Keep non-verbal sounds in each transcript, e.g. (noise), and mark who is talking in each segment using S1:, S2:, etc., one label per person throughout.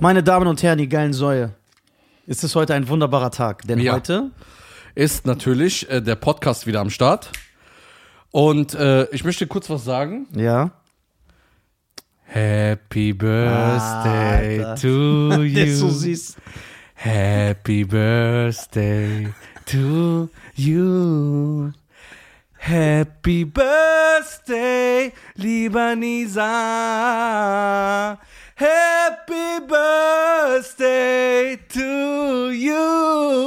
S1: Meine Damen und Herren, ihr geilen Säue, ist es heute ein wunderbarer Tag, denn
S2: Ja.
S1: heute
S2: Ist natürlich äh, der Podcast wieder am Start. Und äh, ich möchte kurz was sagen.
S1: ja,
S2: Happy Birthday
S1: Alter.
S2: to
S1: der
S2: you.
S1: (laughs) ist so süß.
S2: Happy Birthday to you. Happy Birthday, lieber Nisa. Happy Birthday to you.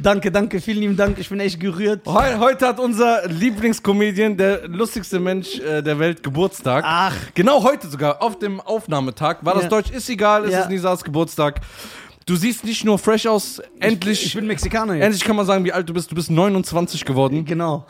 S1: Danke, danke, vielen lieben Dank. Ich bin echt gerührt.
S2: Heu heute hat unser Lieblingscomedian, der lustigste Mensch äh, der Welt, Geburtstag.
S1: Ach.
S2: Genau heute sogar, auf dem Aufnahmetag. War das
S1: Ja.
S2: Deutsch? Ist egal, es
S1: Ja.
S2: ist Nisas Geburtstag. Du siehst nicht nur fresh aus, endlich,
S1: Ich bin Mexikaner jetzt.
S2: endlich kann man sagen, wie alt du bist. Du bist 29 geworden
S1: Genau.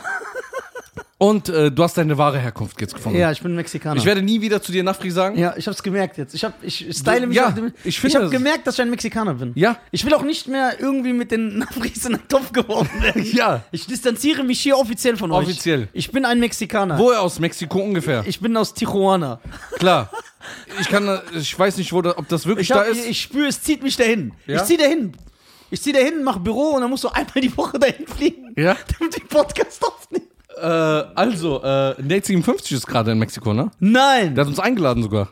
S2: und äh, du hast deine wahre Herkunft jetzt gefunden.
S1: Ja, ich bin Mexikaner.
S2: Ich werde nie wieder zu dir Nafri sagen.
S1: ja, ich hab's gemerkt jetzt. Ich hab, ich style mich
S2: Ja,
S1: auf dem,
S2: ich finde
S1: hab
S2: das-
S1: gemerkt, dass ich ein Mexikaner bin.
S2: Ja.
S1: Ich will auch nicht mehr irgendwie mit den (laughs) Nafris in den Topf geworfen werden.
S2: Ja.
S1: Ich distanziere mich hier offiziell von euch.
S2: Offiziell.
S1: Ich bin ein Mexikaner.
S2: Woher aus Mexiko ungefähr?
S1: Ich bin aus Tijuana.
S2: Klar. Ich kann, äh, ich weiß nicht, wo da, ob das wirklich
S1: Ich, hab,
S2: da ist.
S1: ich spüre, es zieht mich dahin.
S2: Ja?
S1: Ich zieh dahin. Ich zieh dahin, mach Büro und dann musst du einmal die Woche dahin fliegen,
S2: Ja.
S1: (laughs) damit wir den Podcast aufnehmen.
S2: äh, also, äh, Nate 57 ist gerade in Mexiko, ne?
S1: Nein.
S2: Der hat uns eingeladen sogar.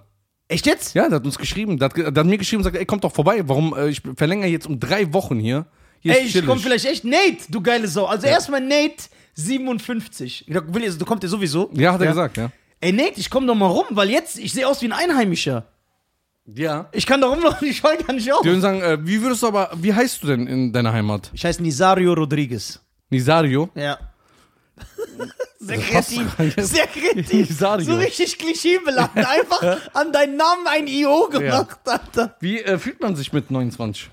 S1: Echt jetzt?
S2: Ja, der hat uns geschrieben. Der hat, ge- der hat mir geschrieben und sagt, ey, kommt doch vorbei. Warum? Äh, ich verlängere jetzt um drei Wochen hier. hier
S1: Ey, ich
S2: chillig.
S1: komm vielleicht echt. Nate, du geile Sau. Also erstmal Nate 57. Ich glaub, Will, ihr- du kommst ja sowieso.
S2: Ja, hat er gesagt, ja.
S1: Ey, Nate, ich komm doch mal rum, weil jetzt, ich sehe aus wie ein Einheimischer.
S2: Ja.
S1: Ich kann da rumlaufen, ich scheu gar nicht auf.
S2: Die würden sagen, äh, wie würdest du aber, wie heißt du denn in deiner Heimat?
S1: Ich heiße Nisario Rodriguez.
S2: Nisario?
S1: Ja. (laughs) Sehr
S2: passt
S1: kreativ.
S2: doch jetzt.
S1: Sehr
S2: (laughs)
S1: kreativ.
S2: Nisario.
S1: So richtig klischeebeladen. Einfach an deinen Namen ein IO gemacht, Alter.
S2: Wie äh, fühlt man sich mit 29?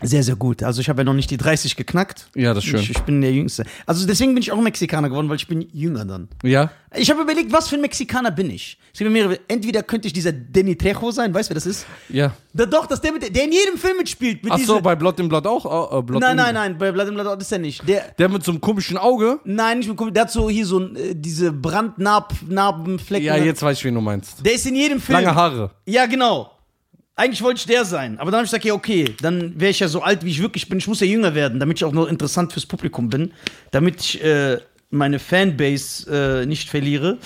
S1: Sehr, sehr gut. Also ich habe ja noch nicht die 30 geknackt.
S2: Ja, das ist schön.
S1: Ich, ich bin der Jüngste. Also deswegen bin ich auch Mexikaner geworden, weil ich bin jünger dann.
S2: Ja.
S1: Ich habe überlegt, was für ein Mexikaner bin ich. Es gibt mehrere. Entweder könnte ich dieser Danny Trejo sein, weißt du, wer das ist?
S2: Ja.
S1: Da, doch, dass der, mit, der in jedem Film mitspielt. Mit
S2: Ach so,
S1: diese-
S2: bei Blood in Blood auch? Oh, äh, Blood
S1: nein,
S2: in-
S1: nein, nein, bei Vladimir Vladimir ist er nicht. Der,
S2: Der mit so einem komischen Auge?
S1: nein, nicht mit Kumpel. Der hat so hier so ein, äh, diese Brandnarbenflecken.
S2: Ja, jetzt weiß ich, wen du meinst.
S1: Der ist in jedem Film.
S2: Lange Haare.
S1: Ja, genau. Eigentlich wollte ich der sein. Aber dann habe ich gesagt, ja, okay, dann wäre ich ja so alt, wie ich wirklich bin. Ich muss ja jünger werden, damit ich auch noch interessant fürs Publikum bin. Damit ich äh, meine Fanbase äh, nicht verliere.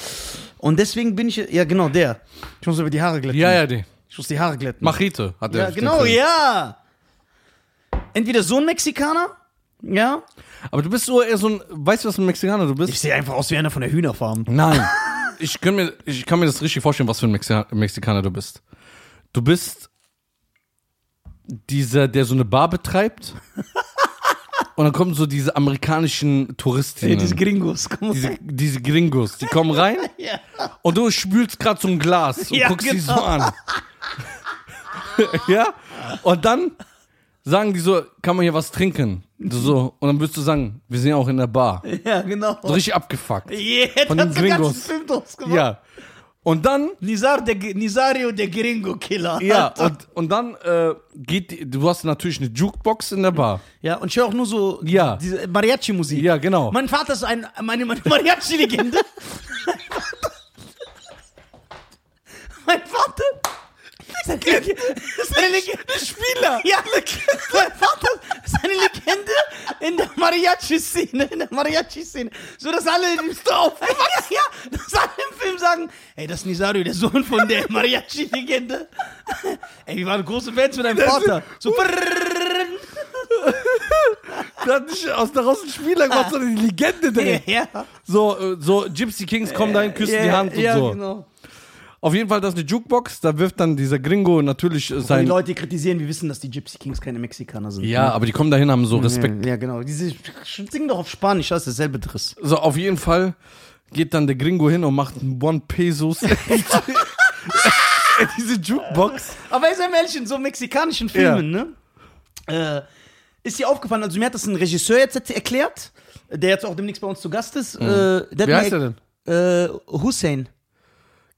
S1: Und deswegen bin ich, ja, genau, der. Ich muss aber die Haare glätten.
S2: Ja, ja, die.
S1: Ich muss die Haare glätten.
S2: Machete hat er.
S1: ja, genau, ja. Entweder so ein Mexikaner, ja.
S2: Aber du bist so eher so ein, weißt du, was für ein Mexikaner du bist?
S1: Ich sehe einfach aus wie einer von der Hühnerfarm.
S2: Nein. Ich, kann mir, ich kann mir das richtig vorstellen, was für ein Mexika Mexikaner du bist. Du bist dieser, der so eine
S1: (laughs)
S2: Bar betreibt. und dann kommen so diese amerikanischen Touristinnen.
S1: diese
S2: diese,
S1: Gringos. Komm.
S2: diese, Gringos, die kommen rein
S1: ja.
S2: und du spülst gerade so ein Glas und
S1: Ja,
S2: guckst die so
S1: genau.
S2: an. (laughs) ja? Und dann sagen die so, kann man hier was trinken? So, und dann würdest du sagen, wir sind ja auch in der Bar.
S1: ja, genau.
S2: So richtig abgefuckt.
S1: Yeah,
S2: Von
S1: der
S2: den
S1: hat so einen ganzen
S2: Gringos.
S1: Film draus gemacht.
S2: Ja. Und dann
S1: Nizar, der, G- Nizario, der Gringo-Killer.
S2: Ja,
S1: Alter.
S2: und, und dann äh, geht, die- du hast natürlich eine Jukebox in der Bar.
S1: ja, und ich höre auch nur so
S2: Ja.
S1: diese Mariachi-Musik.
S2: Ja, genau.
S1: Mein Vater ist ein, meine, meine Mariachi-Legende. mein Vater ist eine Legende. Ist eine Legende. Spieler. Ja, mein Vater ist eine Legende in der Mariachi-Szene. In der Mariachi-Szene. So, dass alle im Dorf ja, ja, dass alle im Film sagen, ey, das ist Nisario, der Sohn von der Mariachi-Legende. Ey, wir waren große Fans von deinem Vater. So,
S2: Der hat nicht aus daraus einen Spieler gemacht, sondern die Legende,
S1: ja,
S2: der.
S1: (laughs) ja.
S2: (laughs) So, äh, so Gypsy Kings kommen dahin, küssen die Hand und
S1: Äh, ja,
S2: so.
S1: Genau.
S2: Auf jeden Fall, das ist eine Jukebox, da wirft dann dieser Gringo natürlich äh,
S1: Die
S2: sein.
S1: Leute die kritisieren, wir wissen, dass die Gypsy Kings keine Mexikaner sind.
S2: Ne? Ja, aber die kommen dahin, haben so Respekt.
S1: Ja, genau. Die singen doch auf Spanisch, das ist derselbe
S2: (laughs)
S1: Driss.
S2: So, auf jeden Fall geht dann der Gringo hin und macht einen One (laughs) Pesos in diese Jukebox.
S1: Aber ich sag ehrlich, in so mexikanischen Filmen, ne? Äh, ist dir aufgefallen, also mir hat das ein Regisseur jetzt erklärt,
S2: Mhm.
S1: der jetzt auch demnächst bei uns zu Gast ist. Äh, der hat
S2: Wie
S1: mir
S2: heißt er
S1: er- Äh, Hussein.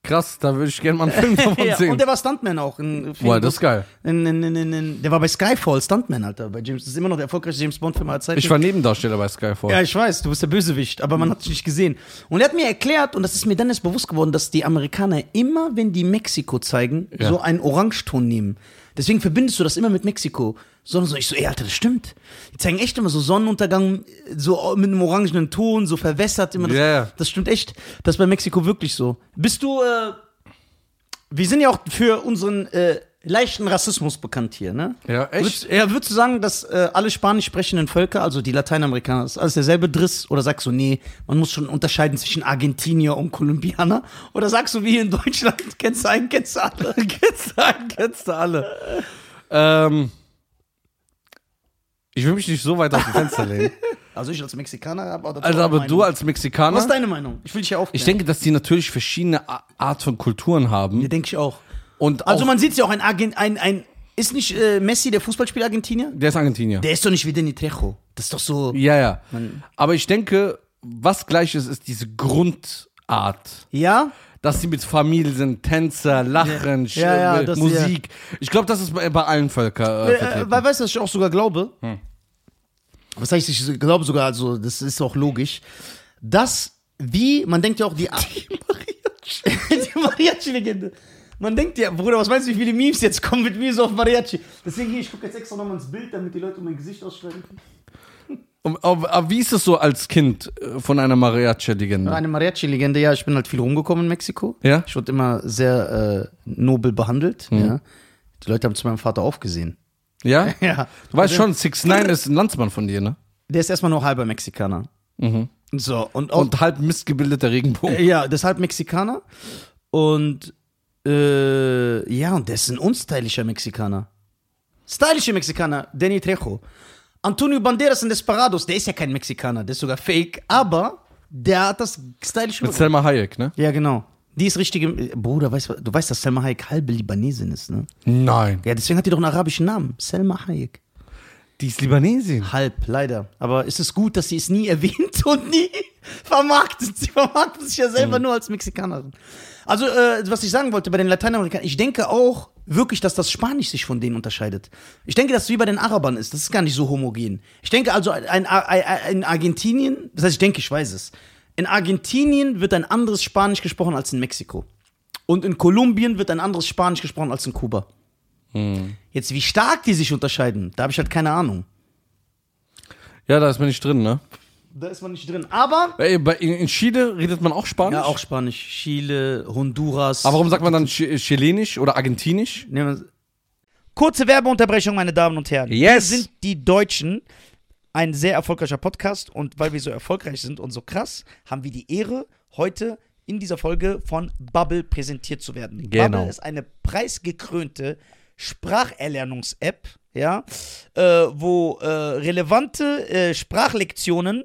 S2: Krass, da würde ich gerne mal einen (laughs) Film davon
S1: Ja,
S2: sehen.
S1: und der war Stuntman auch. In,
S2: Boah, das ist geil.
S1: In, in, in, in, in, der war bei Skyfall Stuntman, Alter. Bei James, das ist immer noch der erfolgreichste James Bond-Film aller Zeiten.
S2: Ich Hm. war Nebendarsteller bei Skyfall.
S1: Ja, ich weiß, du bist der Bösewicht, aber man hat dich nicht gesehen. Und er hat mir erklärt, und das ist mir dann erst bewusst geworden, dass die Amerikaner immer, wenn die Mexiko zeigen,
S2: Ja.
S1: so einen Orangeton nehmen. Deswegen verbindest du das immer mit Mexiko. Sondern so, ich so, ey, Alter, das stimmt. Die zeigen echt immer so Sonnenuntergang, so mit einem orangenen Ton, so verwässert immer. Das,
S2: Ja, ja.
S1: das stimmt echt. Das ist bei Mexiko wirklich so. Bist du, äh, wir sind ja auch für unseren äh, leichten Rassismus bekannt hier, ne?
S2: Ja, echt?
S1: Würdest, ja, würdest du sagen, dass äh, alle spanisch sprechenden Völker, also die Lateinamerikaner, ist alles derselbe Driss? Oder sagst du, nee, man muss schon unterscheiden zwischen Argentinier und Kolumbianer? Oder sagst du, wie hier in Deutschland, (laughs) kennst du einen, kennst du alle? kennst du einen,
S2: (laughs) Kennst du alle? ähm, ich will mich nicht so weit aus dem Fenster lehnen.
S1: Also ich als Mexikaner habe auch dazu
S2: (laughs) Also,
S1: auch
S2: aber
S1: eine
S2: du
S1: Meinung.
S2: als Mexikaner,
S1: Was ist deine Meinung? Ich will dich ja auch.
S2: ich denke, dass die natürlich verschiedene A- Art von Kulturen haben.
S1: Ja, denke ich auch.
S2: Und
S1: Also
S2: auch,
S1: man sieht ja auch, ein, Argent, ein, ein ist nicht äh, Messi der Fußballspieler Argentinier?
S2: der ist Argentinier.
S1: Der ist doch nicht wie Danny Trejo. Das ist doch so.
S2: ja, ja. Aber ich denke, was gleich ist, ist diese Grundart.
S1: Ja?
S2: Dass sie mit Familie sind, Tänzer, Lachen, Sch-
S1: Ja, ja,
S2: äh,
S1: das-
S2: Musik. Ich glaube, das ist bei, bei allen Völkern äh,
S1: Äh,
S2: vertreten.
S1: weil, weißt du, was ich auch sogar glaube? Was heißt, ich glaube sogar, also, das ist auch logisch, dass, wie, man denkt ja auch, die. (laughs) Die Mariachi-Legende. Man denkt ja, Bruder, was meinst du, wie viele Memes jetzt kommen mit Memes auf Mariachi? Deswegen hier, ich gucke jetzt extra nochmal ins Bild, damit die Leute mein Gesicht ausschreiben können.
S2: Um, aber, aber wie ist es so als Kind äh, von einer Mariachi-Legende?
S1: Eine Mariachi-Legende, ja, ich bin halt viel rumgekommen in Mexiko.
S2: Ja?
S1: Ich wurde immer sehr äh, nobel behandelt. Ja. Die Leute haben zu meinem Vater aufgesehen.
S2: Ja?
S1: Ja.
S2: Du weißt schon, 6 9 ist ein Landsmann von dir, ne?
S1: Der ist erstmal nur halber Mexikaner. So, Mhm. und, auch,
S2: Und halb missgebildeter Regenbogen.
S1: Äh, Ja, deshalb Mexikaner. Und äh, ja, und der ist ein unstylischer Mexikaner. Stylischer Mexikaner, Danny Trejo. Antonio Banderas in Desperados, der ist ja kein Mexikaner, der ist sogar fake, aber der hat das stylische.
S2: Mit Selma Hayek, ne?
S1: Ja, genau. Die ist richtige. Bruder, weißt, du- du weißt, dass Selma Hayek halbe Libanesin ist, ne?
S2: Nein.
S1: Ja, deswegen hat die doch einen arabischen Namen. Selma Hayek.
S2: Die ist Libanesin.
S1: Halb, Hm. leider. Aber ist es gut, dass sie es nie (laughs) erwähnt und nie vermarktet? Sie vermarktet sich ja selber nur als Mexikanerin. Also, äh, was ich sagen wollte bei den Lateinamerikanern, ich denke auch wirklich, dass das Spanisch sich von denen unterscheidet. Ich denke, dass es wie bei den Arabern ist. Das ist gar nicht so homogen. Ich denke also, ein, ein, ein, in Argentinien, das heißt, ich denke, ich weiß es. In Argentinien wird ein anderes Spanisch gesprochen als in Mexiko. Und in Kolumbien wird ein anderes Spanisch gesprochen als in Kuba. Jetzt, wie stark die sich unterscheiden, da habe ich halt keine Ahnung.
S2: Ja, da ist man nicht drin, ne?
S1: Da ist man nicht drin. Aber.
S2: Ey, bei, in, in Chile redet man auch Spanisch.
S1: Ja, auch Spanisch. Chile, Honduras.
S2: Aber warum sagt man dann Chi- äh, Chilenisch oder Argentinisch?
S1: Nehmen wir- Kurze Werbeunterbrechung, meine Damen und Herren.
S2: Yes.
S1: Wir sind die Deutschen. Ein sehr erfolgreicher Podcast. Und weil wir so erfolgreich sind und so krass, haben wir die Ehre, heute in dieser Folge von Bubble präsentiert zu werden.
S2: Genau.
S1: Bubble ist eine preisgekrönte Spracherlernungs-App, ja, äh, wo äh, relevante äh, Sprachlektionen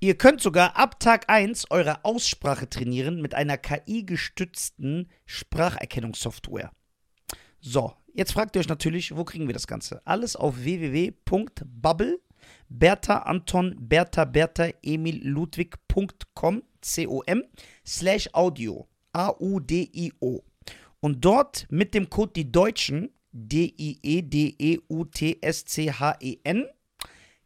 S1: Ihr könnt sogar ab Tag 1 eure Aussprache trainieren mit einer KI-gestützten Spracherkennungssoftware. So, jetzt fragt ihr euch natürlich, wo kriegen wir das Ganze? Alles auf www.bubble, Bertha Anton, Bertha Bertha Emil Ludwig.com, C-O-M, slash Audio, A-U-D-I-O. Und dort mit dem Code die Deutschen, E D-I-E-D-E-U-T-S-C-H-E-N,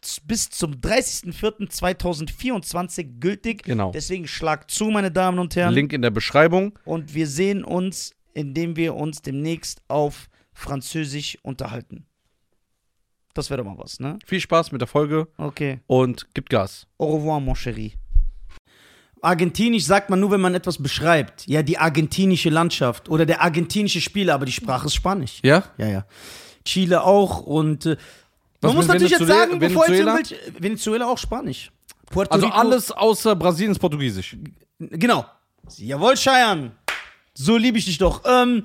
S1: z- bis zum 30.04.2024 gültig.
S3: Genau.
S1: Deswegen schlag zu, meine Damen und Herren.
S3: Link in der Beschreibung.
S1: Und wir sehen uns, indem wir uns demnächst auf Französisch unterhalten.
S4: Das wäre doch mal was, ne?
S3: Viel Spaß mit der Folge
S4: Okay.
S3: und gibt Gas.
S4: Au revoir, mon chéri. Argentinisch sagt man nur, wenn man etwas beschreibt. Ja, die argentinische Landschaft oder der argentinische Spieler, aber die Sprache ist Spanisch.
S2: Ja?
S4: Ja, ja. Chile auch und äh, man
S2: Was
S4: muss
S2: mit
S4: natürlich jetzt
S2: Venezuela-
S4: sagen, bevor jetzt
S2: Venezuela?
S4: irgendwelche, Venezuela auch Spanisch. Puerto
S2: Also
S4: Rico-
S2: alles außer Brasilien ist Portugiesisch.
S4: Genau. Jawohl, Scheiern. So liebe ich dich doch. Ähm,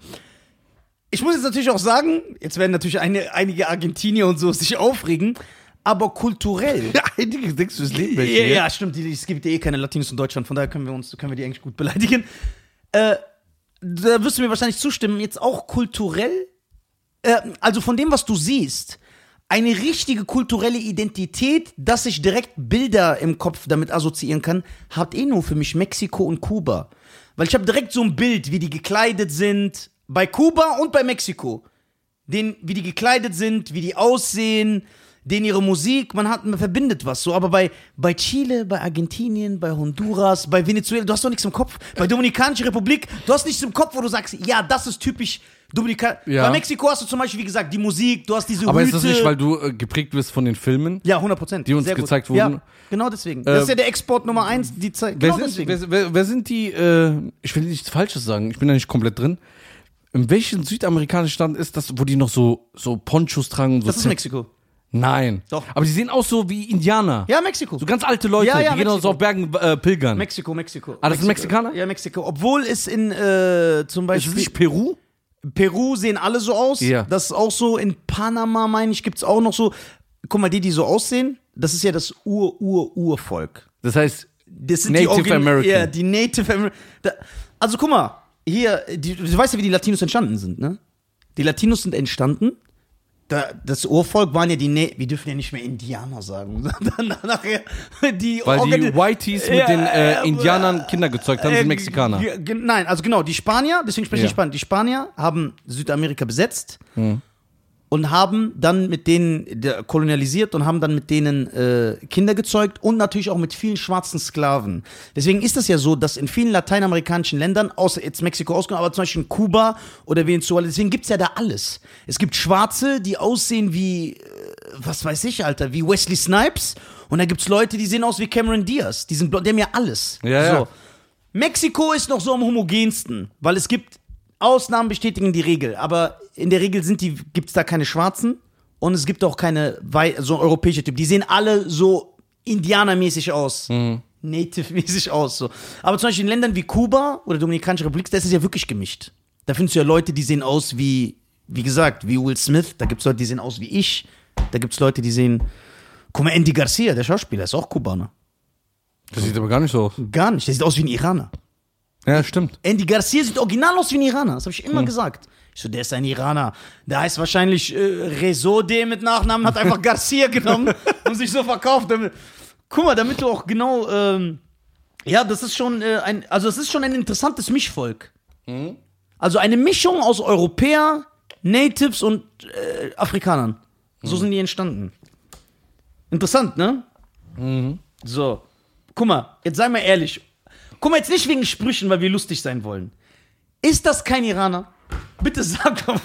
S4: ich muss jetzt natürlich auch sagen, jetzt werden natürlich eine, einige Argentinier und so sich aufregen, aber kulturell.
S3: Ja, einige denkst du,
S2: (laughs)
S3: es leben welche.
S4: Ja, ja, stimmt. Die, es gibt ja eh keine Latinos in Deutschland, von daher können wir uns, können wir die eigentlich gut beleidigen. Äh, da wirst du mir wahrscheinlich zustimmen. Jetzt auch kulturell, äh, also von dem, was du siehst, eine richtige kulturelle Identität, dass ich direkt Bilder im Kopf damit assoziieren kann, hat eh nur für mich Mexiko und Kuba. Weil ich habe direkt so ein Bild, wie die gekleidet sind, bei Kuba und bei Mexiko den, wie die gekleidet sind, wie die aussehen, den ihre Musik, man hat, man verbindet was so. Aber bei, bei Chile, bei Argentinien, bei Honduras, bei Venezuela, du hast doch nichts im Kopf. Bei Dominikanische Republik, du hast nichts im Kopf, wo du sagst, ja, das ist typisch Dominikan.
S2: Ja.
S4: Bei Mexiko hast du zum Beispiel, wie gesagt, die Musik, du hast diese
S2: Aber ist
S4: Hüte.
S2: das nicht, weil du äh, geprägt wirst von den Filmen?
S4: ja, 100 Prozent.
S2: die uns gezeigt Ähm. wurden?
S4: Ja, genau deswegen. das ist ja der Export Nummer eins, die Zeit. Genau
S2: wer, sind,
S4: deswegen.
S2: wer, wer, wer sind die, äh, ich will nichts Falsches sagen, ich bin da nicht komplett drin. In welchem südamerikanischen Staat ist das, wo die noch so, so Ponchos tragen? und So
S4: das ist
S2: Zip-
S4: Mexiko.
S2: Nein.
S4: Doch.
S2: Aber die sehen auch so wie Indianer.
S4: Ja, Mexiko.
S2: So ganz alte Leute,
S4: Ja, ja,
S2: die gehen auch so
S4: Mexiko.
S2: auf Bergen äh, pilgern.
S4: Mexiko, Mexiko.
S2: Ah, das sind Mexikaner?
S4: Ja, Mexiko. Obwohl es in äh, zum
S2: ist
S4: Beispiel.
S2: das nicht Peru?
S4: Peru sehen alle so aus.
S2: Ja.
S4: Das ist auch so. In Panama, meine ich, gibt es auch noch so. Guck mal, die, die so aussehen, das ist ja das Ur-Ur-Urvolk.
S2: Das heißt,
S4: Das sind
S2: Native
S4: die Origin-
S2: American.
S4: Ja, die Native American. Also guck mal, hier, die, du weißt ja, wie die Latinos entstanden sind, ne? Die Latinos sind entstanden. Da, das Urvolk waren ja die, Na wir dürfen ja nicht mehr Indianer sagen, (laughs) sondern nachher Oh, die
S2: weil
S4: Organ-
S2: die Whiteys mit
S4: Ja,
S2: den äh,
S4: aber-
S2: Indianern Kinder gezeugt haben, sind
S4: äh,
S2: Mexikaner.
S4: ge- ge- Nein, also genau, die Spanier, deswegen spreche
S2: Ja.
S4: ich Spanisch, die Spanier haben Südamerika besetzt
S2: Hm.
S4: und haben dann mit denen der, kolonialisiert und haben dann mit denen äh, Kinder gezeugt und natürlich auch mit vielen schwarzen Sklaven. Deswegen ist das ja so, dass in vielen lateinamerikanischen Ländern, außer jetzt Mexiko ausgenommen, aber zum Beispiel in Kuba oder Venezuela, deswegen gibt es ja da alles. Es gibt Schwarze, die aussehen wie, äh, was weiß ich, Alter, wie Wesley Snipes. Und da gibt es Leute, die sehen aus wie Cameron Diaz. Die sind blond, die haben ja alles.
S2: Ja,
S4: so.
S2: ja.
S4: Mexiko ist noch so am homogensten, weil es gibt Ausnahmen bestätigen die Regel, aber in der Regel sind die gibt es da keine Schwarzen und es gibt auch keine wei- so europäische Typen. Die sehen alle so indianermäßig aus. Native-mäßig aus. So. Aber zum Beispiel in Ländern wie Kuba oder Dominikanische Republik, da ist es ja wirklich gemischt. Da findest du ja Leute, die sehen aus wie, wie gesagt, wie Will Smith. Da gibt es Leute, die sehen aus wie ich. Da gibt es Leute, die sehen. Guck mal, Andy Garcia, der Schauspieler, ist auch Kubaner.
S2: Das sieht aber gar nicht so aus.
S4: Gar nicht. Der sieht aus wie ein Iraner.
S2: Ja, stimmt.
S4: Andy Garcia sieht original aus wie ein Iraner. Das habe ich immer gesagt. Ich so, der ist ein Iraner. Der heißt wahrscheinlich äh, Resode mit Nachnamen, hat einfach Garcia genommen und sich so verkauft. Damit. Guck mal, damit du auch genau. Ähm, ja, das ist schon äh, ein. Also, das ist schon ein interessantes Mischvolk. Also eine Mischung aus Europäer, Natives und äh, Afrikanern. So sind die entstanden. Interessant, ne? So. Guck mal, jetzt sei mal ehrlich. Guck mal, jetzt nicht wegen Sprüchen, weil wir lustig sein wollen. Ist das kein Iraner? Bitte sag doch.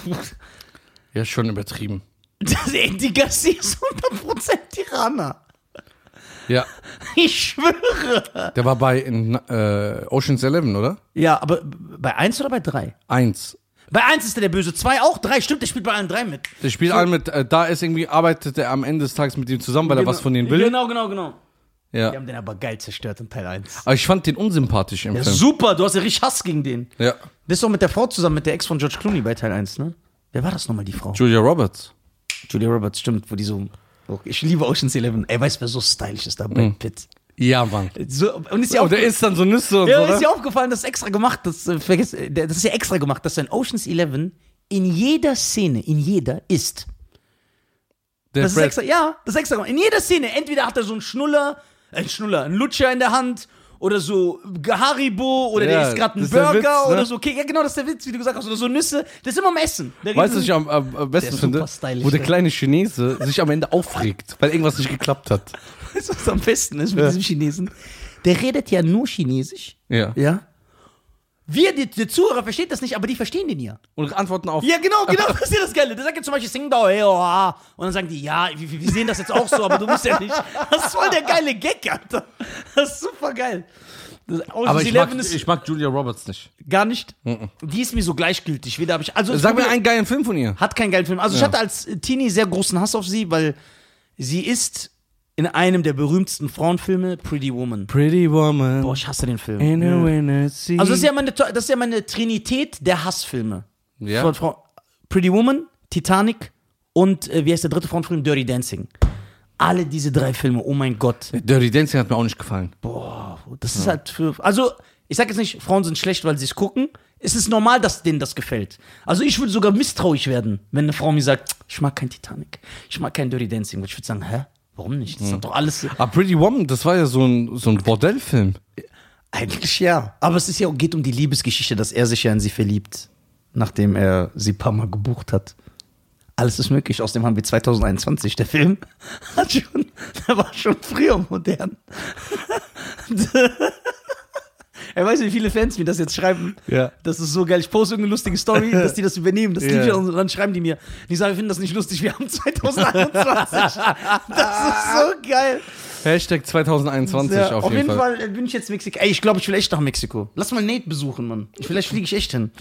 S2: Ja, schon übertrieben.
S4: Das Andy Garcia ist 100% Iraner.
S2: Ja,
S4: Ich schwöre.
S2: der war bei in, äh, Ocean's Eleven, oder?
S4: Ja, aber bei 1 oder bei 3?
S2: Eins.
S4: Bei 1 ist er der Böse, 2 auch, 3. Stimmt, der spielt bei allen 3 mit.
S2: Der spielt einen mit, äh, da ist irgendwie, arbeitet er am Ende des Tages mit ihm zusammen, weil er was von denen will.
S4: Genau, genau, genau.
S2: Ja.
S4: Die haben den aber geil zerstört in Teil 1.
S2: Aber ich fand den unsympathisch im
S4: Ja,
S2: Film.
S4: super, du hast ja richtig Hass gegen den.
S2: Ja.
S4: Der ist doch mit der Frau zusammen, mit der Ex von George Clooney bei Teil 1, ne? Wer war das nochmal, die Frau?
S2: Julia Roberts.
S4: Julia Roberts, stimmt, wo die so. Oh, Ich liebe Ocean's Eleven. Ey, weißt du, wer so stylisch ist da? Brad Pitt.
S2: Ja, Mann.
S4: So, und ist ja
S2: Oh,
S4: auch.
S2: der ist dann so Nüsse und
S4: Ja,
S2: so, ne?
S4: ist
S2: oder?
S4: dir aufgefallen, das ist extra gemacht. Das, äh, vergiss, äh, das ist ja extra gemacht, dass ein Ocean's Eleven in jeder Szene, in jeder ist.
S2: Der
S4: Das ist
S2: Brad-
S4: extra, ja, das ist extra gemacht. In jeder Szene, entweder hat er so einen Schnuller, ein Schnuller, einen Lutscher in der Hand oder so Haribo oder
S2: Ja,
S4: der isst gerade
S2: das
S4: einen
S2: ist der
S4: Burger
S2: Witz, ne?
S4: oder so. Okay, ja, genau, das ist der Witz, wie du gesagt hast. Oder so Nüsse. Das ist immer am Essen. Der
S2: Weißt du, was
S4: redet-
S2: ich am, am, am
S4: Der
S2: besten
S4: ist
S2: finde?
S4: super stylisch,
S2: Wo der
S4: ne?
S2: kleine Chinese sich am Ende aufregt, weil irgendwas nicht geklappt hat.
S4: Weißt du, was am besten ist mit diesem Chinesen? Der redet ja nur Chinesisch.
S2: Ja.
S4: Ja. Wir, die, die Zuhörer, versteht das nicht, aber die verstehen den ja.
S2: Und antworten auf.
S4: Ja, genau, genau, das ist ja das Geile. Der sagt ja zum Beispiel Sing Dao, hey, oh, ah. Und dann sagen die, ja, wir, wir sehen das jetzt auch so, aber du musst ja nicht. Das ist voll der geile Gag, Alter. Das ist super geil. Das
S2: aber
S4: Ocean's
S2: ich mag,
S4: Eleven ist
S2: ich mag Julia Roberts nicht.
S4: gar nicht. Die ist mir so gleichgültig. Weder hab ich, also,
S2: Sag mir einen geilen Film von ihr.
S4: Hat keinen geilen Film. Also ich hatte als Teenie sehr großen Hass auf sie, weil sie ist in einem der berühmtesten Frauenfilme, Pretty Woman.
S2: Pretty Woman.
S4: Boah, ich hasse den Film.
S2: in a winter sea.
S4: Also das ist ja meine, das ist ja meine Trinität der Hassfilme.
S2: Ja.
S4: Von Frau- Pretty Woman, Titanic und äh, wie heißt der dritte Frauenfilm? Dirty Dancing. Alle diese drei Filme, oh mein Gott.
S2: Dirty Dancing hat mir auch nicht gefallen.
S4: Boah, das ist halt für. Also, ich sag jetzt nicht, Frauen sind schlecht, weil sie es gucken. Es ist normal, dass denen das gefällt. Also, ich würde sogar misstrauisch werden, wenn eine Frau mir sagt, ich mag kein Titanic, ich mag kein Dirty Dancing. Und ich würde sagen, hä? Warum nicht? Das hat doch alles.
S2: Aber Ah, Pretty Woman, das war ja so ein, so ein Bordellfilm.
S4: Eigentlich ja. Aber es ist ja, geht um die Liebesgeschichte, dass er sich ja in sie verliebt, nachdem er sie ein paar Mal gebucht hat. Alles ist möglich. Außerdem haben wir 2021. Der Film (laughs) hat schon, der war schon früher modern. (laughs) Er weiß, wie viele Fans mir das jetzt schreiben.
S2: Ja.
S4: Das ist so geil. Ich poste irgendeine lustige Story, dass die das übernehmen. Das
S2: Ja.
S4: liegt ja und dann schreiben die mir. Die sagen, wir finden das nicht lustig. Wir haben 2021. das ist so geil.
S2: Hashtag 2021
S4: Ja,
S2: auf, jeden Fall.
S4: bin ich jetzt Mexiko. Ey, ich glaube, ich will echt nach Mexiko. Lass mal Nate besuchen, Mann. Ich- Vielleicht fliege ich echt hin.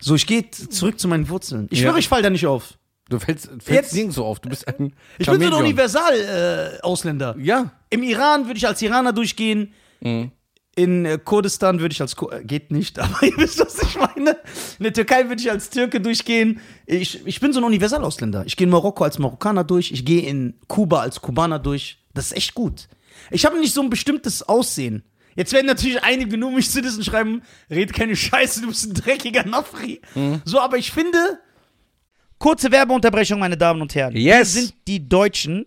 S4: So, ich gehe zurück zu meinen Wurzeln. Ich
S2: Ja.
S4: schwöre, ich fall da nicht auf.
S2: Du fällst,
S4: Jetzt-
S2: fällst nirgends so auf. Du bist ein
S4: Ich bin so ein
S2: Chamäleon.
S4: Universal-Ausländer.
S2: Ja.
S4: Im Iran würde ich als Iraner durchgehen.
S2: Mhm.
S4: In äh, Kurdistan würde ich als Kur äh, geht nicht, (laughs) aber ihr wisst, was ich meine. In der Türkei würde ich als Türke durchgehen. Ich, ich bin so ein Universalausländer. Ich gehe in Marokko als Marokkaner durch, ich gehe in Kuba als Kubaner durch. Das ist echt gut. Ich habe nicht so ein bestimmtes Aussehen. Jetzt werden natürlich einige nur mich zu diesen schreiben, red keine Scheiße, du bist ein dreckiger Nafri.
S3: Mhm.
S4: So, aber ich finde. Kurze Werbeunterbrechung, meine Damen und Herren.
S3: Yes.
S4: Wir sind die Deutschen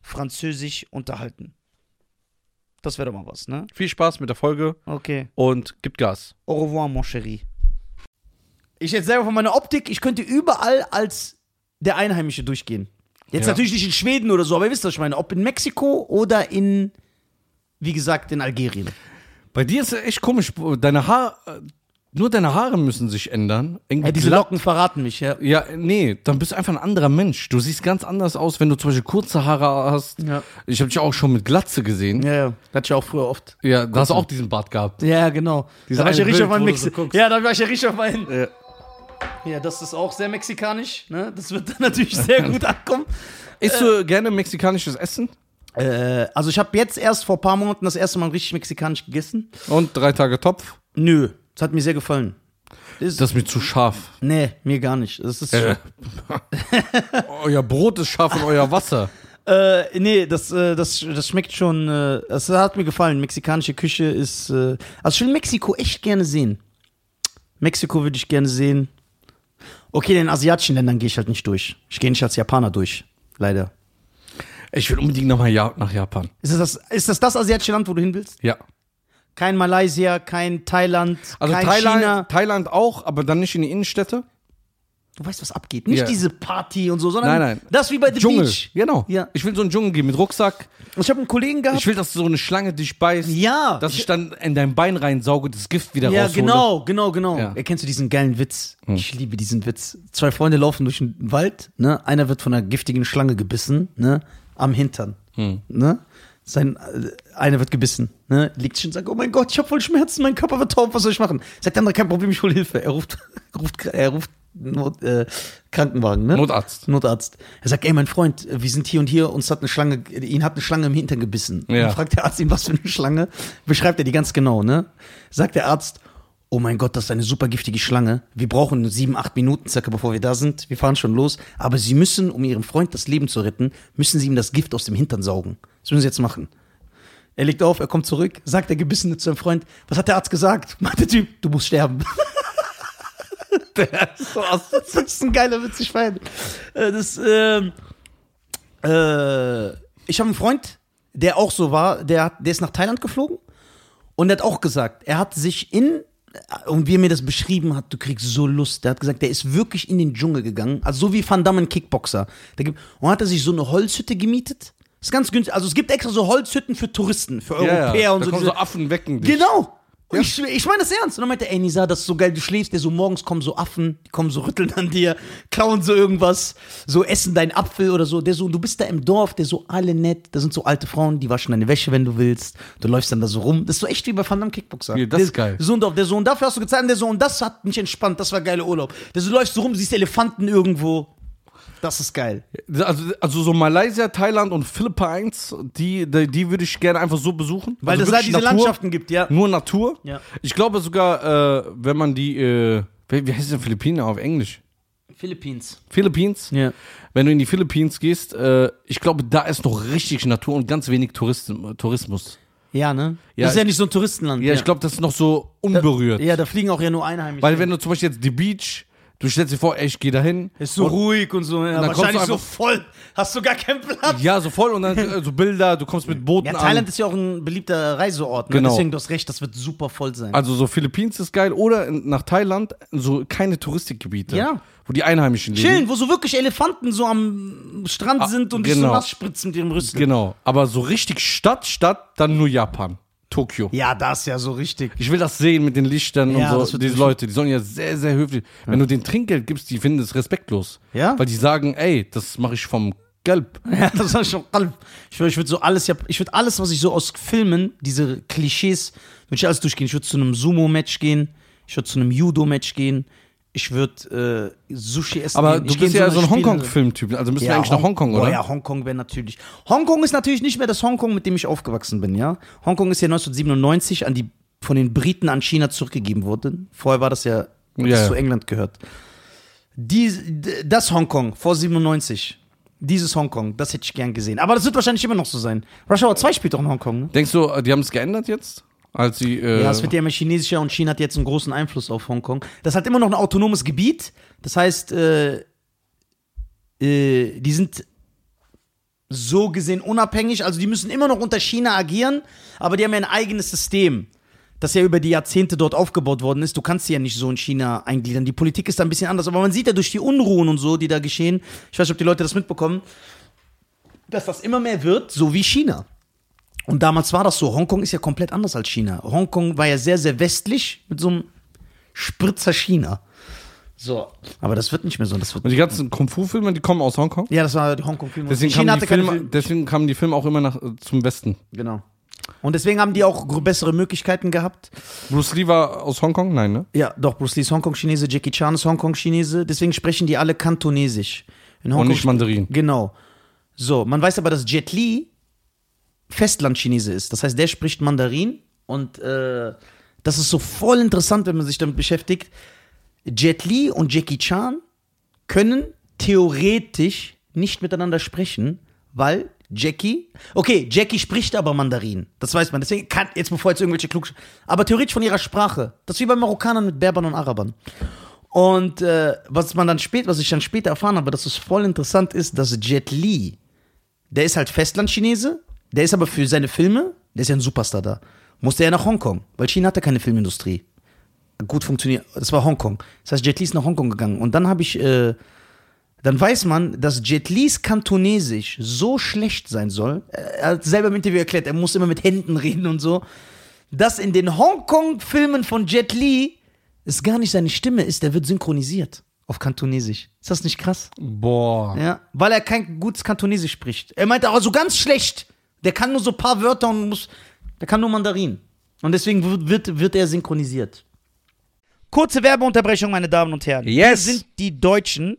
S4: Französisch unterhalten. Das wäre doch mal was, ne?
S3: Viel Spaß mit der Folge
S4: Okay.
S3: und gib Gas.
S4: Au revoir, mon chéri. Ich jetzt selber von meiner Optik, ich könnte überall als der Einheimische durchgehen. Jetzt
S2: Ja.
S4: natürlich nicht in Schweden oder so, aber ihr wisst, was ich meine. Ob in Mexiko oder in, wie gesagt, in Algerien.
S2: Bei dir ist es echt komisch. Deine Haare, nur deine Haare müssen sich ändern. Irgendwie
S4: Ja, diese
S2: glatt-
S4: Locken verraten mich, ja.
S2: Ja, nee, dann bist du einfach ein anderer Mensch. Du siehst ganz anders aus, wenn du zum Beispiel kurze Haare hast.
S4: Ja.
S2: Ich habe dich auch schon mit Glatze gesehen. Ja,
S4: Ja, ja. Hatte ich auch früher oft.
S2: da hast du auch diesen Bart gehabt.
S4: Ja, genau.
S2: Dieser
S4: da war ich ja
S2: eine
S4: richtig
S2: Bild,
S4: auf meinen
S2: wo du
S4: Mexi
S2: so guckst.
S4: ja, da war ich ja richtig auf meinen.
S2: Ja.
S4: Ja, das ist auch sehr mexikanisch. Ne? Das wird dann natürlich sehr (laughs) gut ankommen.
S2: Isst du gerne mexikanisches Essen?
S4: Äh, also ich habe jetzt erst vor ein paar Monaten das erste Mal richtig mexikanisch gegessen.
S2: Und drei Tage Topf?
S4: Nö, das hat mir sehr gefallen.
S2: Das ist mir zu scharf. (laughs)
S4: Nee, mir gar nicht. Das ist
S2: Äh. euer Brot ist scharf und euer Wasser.
S1: Äh, nee, das, äh, das, das schmeckt schon. Äh, das hat mir gefallen. Mexikanische Küche ist. Äh, also ich will Mexiko echt gerne sehen. Mexiko würde ich gerne sehen. Okay, den asiatischen Ländern gehe ich halt nicht durch. Ich gehe nicht als Japaner durch. Leider.
S2: Ich will unbedingt nochmal ja nach Japan.
S1: Ist das, das, ist das das asiatische Land, wo du hin willst?
S2: Ja.
S1: Kein Malaysia, kein Thailand,
S2: Also
S1: kein China.
S2: Thailand, Thailand auch, aber dann nicht in die Innenstädte.
S1: Du weißt, was abgeht. Nicht
S2: Ja.
S1: diese Party und so, sondern
S2: Nein, nein.
S1: das wie bei The
S2: Dschungel.
S1: Beach.
S2: Genau.
S1: Ja.
S2: Ich will in so einen Dschungel gehen mit Rucksack.
S1: Ich habe einen Kollegen gehabt.
S2: Ich will, dass so eine Schlange dich beißt.
S1: Ja.
S2: Dass ich dann in dein Bein reinsauge, das Gift wieder
S1: ja,
S2: raushole.
S1: genau, genau, genau.
S2: Ja. Hm.
S1: Erkennst du diesen geilen Witz? Ich liebe diesen Witz. Zwei Freunde laufen durch den Wald, ne? Einer wird von einer giftigen Schlange gebissen, ne? Am Hintern.
S2: Hm.
S1: Ne? Sein, äh, einer wird gebissen, ne? Liegt schon und sagt, oh mein Gott, ich habe voll Schmerzen, mein Körper wird taub, was soll ich machen? Sagt der andere, kein Problem, ich hole Hilfe. Er ruft, (laughs) ruft, er ruft Not, äh, Krankenwagen, ne?
S2: Notarzt.
S1: Notarzt. Er sagt, ey, mein Freund, wir sind hier und hier, uns hat eine Schlange, ihn hat eine Schlange im Hintern gebissen.
S2: Ja.
S1: Dann fragt der Arzt ihn, was für eine Schlange? Beschreibt er die ganz genau, ne? Sagt der Arzt, oh mein Gott, das ist eine super giftige Schlange. Wir brauchen sieben, acht Minuten circa, bevor wir da sind. Wir fahren schon los. Aber Sie müssen, um Ihrem Freund das Leben zu retten, müssen Sie ihm das Gift aus dem Hintern saugen. Das müssen Sie jetzt machen. Er legt auf, er kommt zurück, sagt der Gebissene zu seinem Freund, was hat der Arzt gesagt? Meint der Typ, du musst sterben. (laughs) Das ist ein geiler Witz, ich feier den. Äh, Das, ähm, äh, ich habe einen Freund, der auch so war, der, hat- der ist nach Thailand geflogen und der hat auch gesagt, er hat sich in, äh, und wie er mir das beschrieben hat, du kriegst so Lust, der hat gesagt, der ist wirklich in den Dschungel gegangen, also so wie Van Damme ein Kickboxer. Der gibt, und hat er sich so eine Holzhütte gemietet. Ist ganz günstig, also es gibt extra so Holzhütten für Touristen, für
S2: Ja,
S1: Europäer
S2: ja.
S1: und
S2: da
S1: so.
S2: kommen
S1: diese-
S2: so Affen wecken dich.
S1: Genau. Und Ich, ich meine das ernst. Und dann meinte er, ey, Nisa, das ist so geil, du schläfst, der so morgens kommen so Affen, die kommen so rütteln an dir, klauen so irgendwas, so essen deinen Apfel oder so. Der so, du bist da im Dorf, der so alle nett, da sind so alte Frauen, die waschen deine Wäsche, wenn du willst. Du läufst dann da so rum. Das ist so echt wie bei Van Damme Kickboxer.
S2: Ja, das ist
S1: der,
S2: geil.
S1: So und auf, der so und dafür hast du gezahlt, und der so und das hat mich entspannt, das war geiler Urlaub. Der so läufst so rum, siehst Elefanten irgendwo. Das ist geil.
S2: Also, also so Malaysia, Thailand und Philippines, die, die, die würde ich gerne einfach so besuchen.
S1: Weil
S2: also
S1: es da
S2: wirklich
S1: diese Landschaften gibt, ja.
S2: Nur Natur.
S1: Ja.
S2: Ich glaube sogar, äh, wenn man die, äh, wie, wie heißt denn Philippinen auf Englisch?
S1: Philippines.
S2: Philippines.
S1: Ja.
S2: Wenn du in die Philippines gehst, äh, ich glaube, da ist noch richtig Natur und ganz wenig Touristen, Tourismus.
S1: Ja, ne?
S2: Ja,
S1: das ist ja
S2: ich-
S1: nicht so ein Touristenland.
S2: Ja, ich glaube, das ist noch so unberührt.
S1: Ja, da fliegen auch ja nur Einheimische.
S2: Weil wenn du zum Beispiel jetzt die Beach, du stellst dir vor, ey, ich gehe dahin.
S1: Ist so
S2: und,
S1: ruhig und so. Ja,
S2: dann kommst du
S1: wahrscheinlich so
S2: einfach-
S1: voll. Hast du gar keinen Platz.
S2: Ja, so voll und dann äh, so Bilder, du kommst mit Booten
S1: Ja,
S2: an.
S1: Thailand ist ja auch ein beliebter Reiseort. Ne?
S2: Genau.
S1: Deswegen, du hast recht, das wird super voll sein.
S2: Also so Philippines ist geil oder in, nach Thailand so keine Touristikgebiete,
S1: Ja.
S2: wo die Einheimischen leben.
S1: Chillen, wo so wirklich Elefanten so am Strand
S2: Ah,
S1: sind und dich so
S2: genau.
S1: nass spritzen mit ihrem Rüssel.
S2: Genau, aber so richtig Stadt, Stadt, dann nur Japan, Tokio.
S1: Ja, das ist ja so richtig. (laughs)
S2: Ich will das sehen mit den Lichtern
S1: Ja,
S2: und
S1: das
S2: so.
S1: wird
S2: Diese
S1: bestimmt-
S2: Leute, die sollen ja sehr, sehr höflich. Wenn du den Trinkgeld gibst, die finden es respektlos.
S1: Ja?
S2: Weil die sagen, ey, das mache ich vom Gelb.
S1: Ja, das war schon Ralf. Ich, würd- ich würde so alles, Jap- ich würde alles, was ich so aus Filmen, diese Klischees, würde ich alles durchgehen. Ich würde zu einem Sumo-Match gehen, ich würde zu einem Judo-Match gehen, ich würde äh, Sushi essen.
S2: Aber
S1: gehen.
S2: du
S1: ich
S2: bist
S1: geh in
S2: ja
S1: eine
S2: so ein
S1: Spiele-
S2: Hongkong-Filmtyp, also müssen wir eigentlich nach Hongkong,
S1: Hong-
S2: oder?
S1: Oh ja, Hongkong wäre natürlich. Hongkong ist natürlich nicht mehr das Hongkong, mit dem ich aufgewachsen bin, ja. Hongkong ist ja 1997 an die, von den Briten an China zurückgegeben worden. Vorher war das ja,
S2: Ja,
S1: das
S2: ja.
S1: zu England gehört. Dies, d- das Hongkong vor 97. Dieses Hongkong, das hätte ich gern gesehen. Aber das wird wahrscheinlich immer noch so sein. Rush Hour 2 spielt doch in Hongkong, ne?
S2: Denkst du, äh, die haben es geändert jetzt? Als sie. Äh,
S1: Ja, es wird ja immer chinesischer und China hat jetzt einen großen Einfluss auf Hongkong. Das ist halt immer noch ein autonomes Gebiet. Das heißt, äh, äh, die sind so gesehen unabhängig. Also die müssen immer noch unter China agieren, aber die haben ja ein eigenes System, das ja über die Jahrzehnte dort aufgebaut worden ist. Du kannst sie ja nicht so in China eingliedern. Die Politik ist da ein bisschen anders. Aber man sieht ja durch die Unruhen und so, die da geschehen, ich weiß nicht, ob die Leute das mitbekommen, dass das immer mehr wird, so wie China. Und damals war das so. Hongkong ist ja komplett anders als China. Hongkong war ja sehr, sehr westlich mit so einem Spritzer China. So. Aber das wird nicht mehr so. Das wird
S2: und die ganzen Kung-Fu-Filme, die kommen aus Hongkong.
S1: ja, das war die Hongkong-Filme.
S2: Deswegen,
S1: China
S2: kamen
S1: hatte
S2: die
S1: keine
S2: Filme,
S1: Filme.
S2: deswegen kamen die Filme auch immer nach, äh, zum Westen.
S1: Genau. Und deswegen haben die auch gr- bessere Möglichkeiten gehabt.
S2: Bruce Lee war aus Hongkong? Nein, ne?
S1: Ja, doch, Bruce Lee ist Hongkong-Chinese, Jackie Chan ist Hongkong-Chinese. Deswegen sprechen die alle Kantonesisch. In
S2: Und nicht Mandarin.
S1: Genau. So, man weiß aber, dass Jet Li Festlandchinese ist. Das heißt, der spricht Mandarin. Und äh, das ist so voll interessant, wenn man sich damit beschäftigt. Jet Li und Jackie Chan können theoretisch nicht miteinander sprechen, weil Jackie, okay, Jackie spricht aber Mandarin, das weiß man, deswegen kann, jetzt bevor jetzt irgendwelche klug, aber theoretisch von ihrer Sprache, das ist wie bei Marokkanern mit Berbern und Arabern. Und äh, was man dann spät, was ich dann später erfahren habe, dass es voll interessant ist, dass Jet Li, der ist halt Festlandchinese, der ist aber für seine Filme, der ist ja ein Superstar da, musste er nach Hongkong, weil China hatte keine Filmindustrie. Gut funktioniert, das war Hongkong. Das heißt, Jet Li ist nach Hongkong gegangen. Und dann habe ich, äh, dann weiß man, dass Jet Lis Kantonesisch so schlecht sein soll, er hat selber im Interview erklärt, er muss immer mit Händen reden und so, dass in den Hongkong-Filmen von Jet Li es gar nicht seine Stimme ist, der wird synchronisiert auf Kantonesisch. Ist das nicht krass?
S2: Boah.
S1: Ja, weil er kein gutes Kantonesisch spricht. Er meinte aber so ganz schlecht. Der kann nur so ein paar Wörter und muss. Der kann nur Mandarin. Und deswegen wird, wird, wird er synchronisiert. Kurze Werbeunterbrechung, meine Damen und Herren.
S3: Yes.
S1: Wir sind die Deutschen.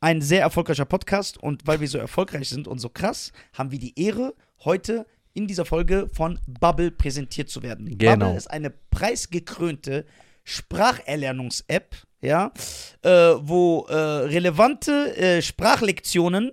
S1: Ein sehr erfolgreicher Podcast. Und weil wir so erfolgreich sind und so krass, haben wir die Ehre, heute in dieser Folge von Bubble präsentiert zu werden.
S3: Genau.
S1: Bubble ist eine preisgekrönte Spracherlernungs-App, ja, äh, wo äh, relevante äh, Sprachlektionen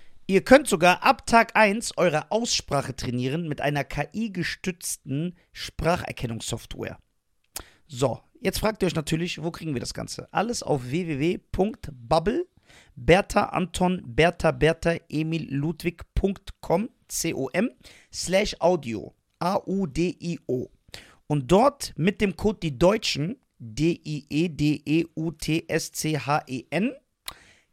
S1: Ihr könnt sogar ab Tag 1 eure Aussprache trainieren mit einer KI-gestützten Spracherkennungssoftware. So, jetzt fragt ihr euch natürlich, wo kriegen wir das Ganze? Alles auf www.bubble, Bertha Anton, Bertha Bertha Emil Ludwig.com, C-O-M, slash Audio, A-U-D-I-O. Und dort mit dem Code die Deutschen, E D-I-E-D-E-U-T-S-C-H-E-N,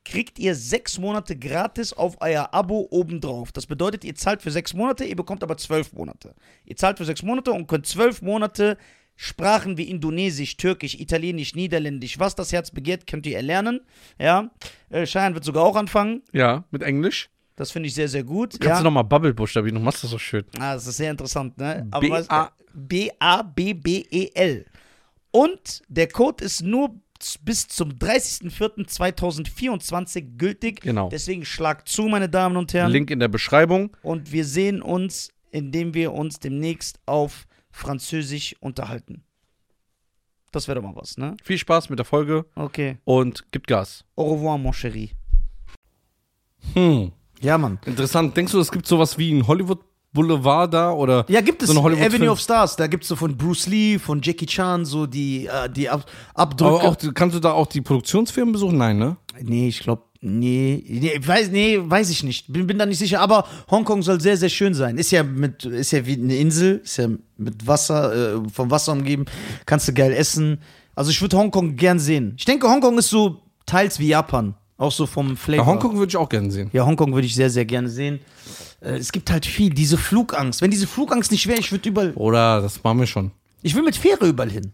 S1: kriegt ihr sechs Monate gratis auf euer Abo obendrauf. Das bedeutet, ihr zahlt für sechs Monate, ihr bekommt aber zwölf Monate. Ihr zahlt für sechs Monate und könnt zwölf Monate Sprachen wie Indonesisch, Türkisch, Italienisch, Niederländisch, was das Herz begehrt, könnt ihr erlernen. Ja, äh, Cheyenne wird sogar auch anfangen.
S3: Ja, mit Englisch.
S1: Das finde ich sehr, sehr gut.
S3: Kannst
S1: ja.
S3: du nochmal Bubble buchstabieren, du machst das so schön.
S1: Ah, das ist sehr interessant, ne?
S3: B-
S1: weißt du,
S3: A-
S1: B-A-B-B-E-L. E Und der Code ist nur z- bis zum 30.04.2024 gültig.
S3: Genau.
S1: Deswegen schlag zu, meine Damen und Herren.
S3: Link in der Beschreibung.
S1: Und wir sehen uns, indem wir uns demnächst auf Französisch unterhalten. Das wäre doch mal was, ne?
S3: Viel Spaß mit der Folge
S1: Okay.
S3: und gibt Gas.
S1: Au revoir, mon chéri.
S2: Hm.
S1: Ja, Mann.
S2: Interessant. Denkst du, es gibt sowas wie ein Hollywood Boulevard da oder
S1: Ja, gibt es
S2: so eine Hollywood
S1: Avenue of Stars, da gibt es so von Bruce Lee, von Jackie Chan, so die, äh, die Ab Abdrücke.
S2: Aber auch, kannst du da auch die Produktionsfirmen besuchen? Nein, ne?
S1: Nee, ich glaube, nee, nee, ich weiß, nee, weiß ich nicht. Bin, bin da nicht sicher, aber Hongkong soll sehr, sehr schön sein. Ist ja mit, ist ja wie eine Insel, ist ja mit Wasser, äh, vom Wasser umgeben, kannst du geil essen. Also ich würde Hongkong gern sehen. Ich denke, Hongkong ist so teils wie Japan. Auch so vom Flavor.
S2: Ja, Hongkong würde ich auch gerne sehen.
S1: Ja, Hongkong würde ich sehr, sehr gerne sehen. Äh, es gibt halt viel, diese Flugangst. Wenn diese Flugangst nicht wäre, ich würde überall.
S2: Oder das machen wir schon.
S1: Ich will mit Fähre überall hin.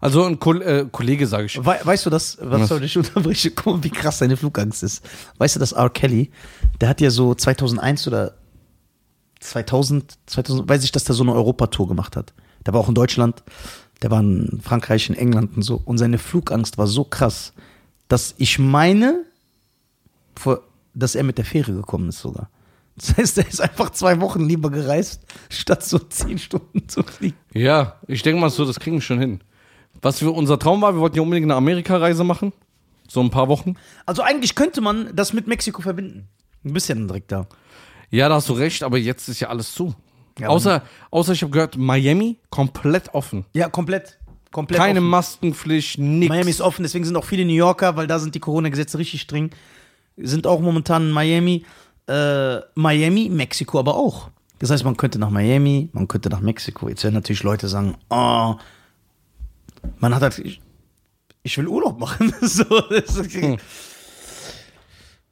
S2: Also ein Kol äh, Kollege, sage ich.
S1: We weißt du das, was
S2: Was?
S1: soll ich unterbrechen? Guck mal, wie krass seine Flugangst ist. Weißt du, dass R. Kelly, der hat ja so 2001 oder 2000, 2000 weiß ich, dass der so eine Europatour gemacht hat. Der war auch in Deutschland, der war in Frankreich, in England und so. Und seine Flugangst war so krass, dass ich meine, vor- dass er mit der Fähre gekommen ist sogar. Das heißt, er ist einfach zwei Wochen lieber gereist, statt so zehn Stunden zu fliegen.
S2: Ja, ich denke mal so, das kriegen wir schon hin. Was für unser Traum war, wir wollten ja unbedingt eine Amerika-Reise machen. So ein paar Wochen.
S1: Also eigentlich könnte man das mit Mexiko verbinden. Ein bisschen direkt da.
S2: Ja, da hast du recht, aber jetzt ist ja alles zu.
S1: Ja,
S2: außer, außer ich habe gehört, Miami komplett offen.
S1: Ja, komplett. komplett
S2: Keine
S1: offen.
S2: Maskenpflicht, nix.
S1: Miami ist offen, deswegen sind auch viele New Yorker, weil da sind die Corona-Gesetze richtig streng. Sind auch momentan in Miami. Äh, Miami, Mexiko aber auch. Das heißt, man könnte nach Miami, man könnte nach Mexiko. Jetzt werden natürlich Leute sagen, oh, man hat halt, ich, ich will Urlaub machen. (laughs) so, das ist,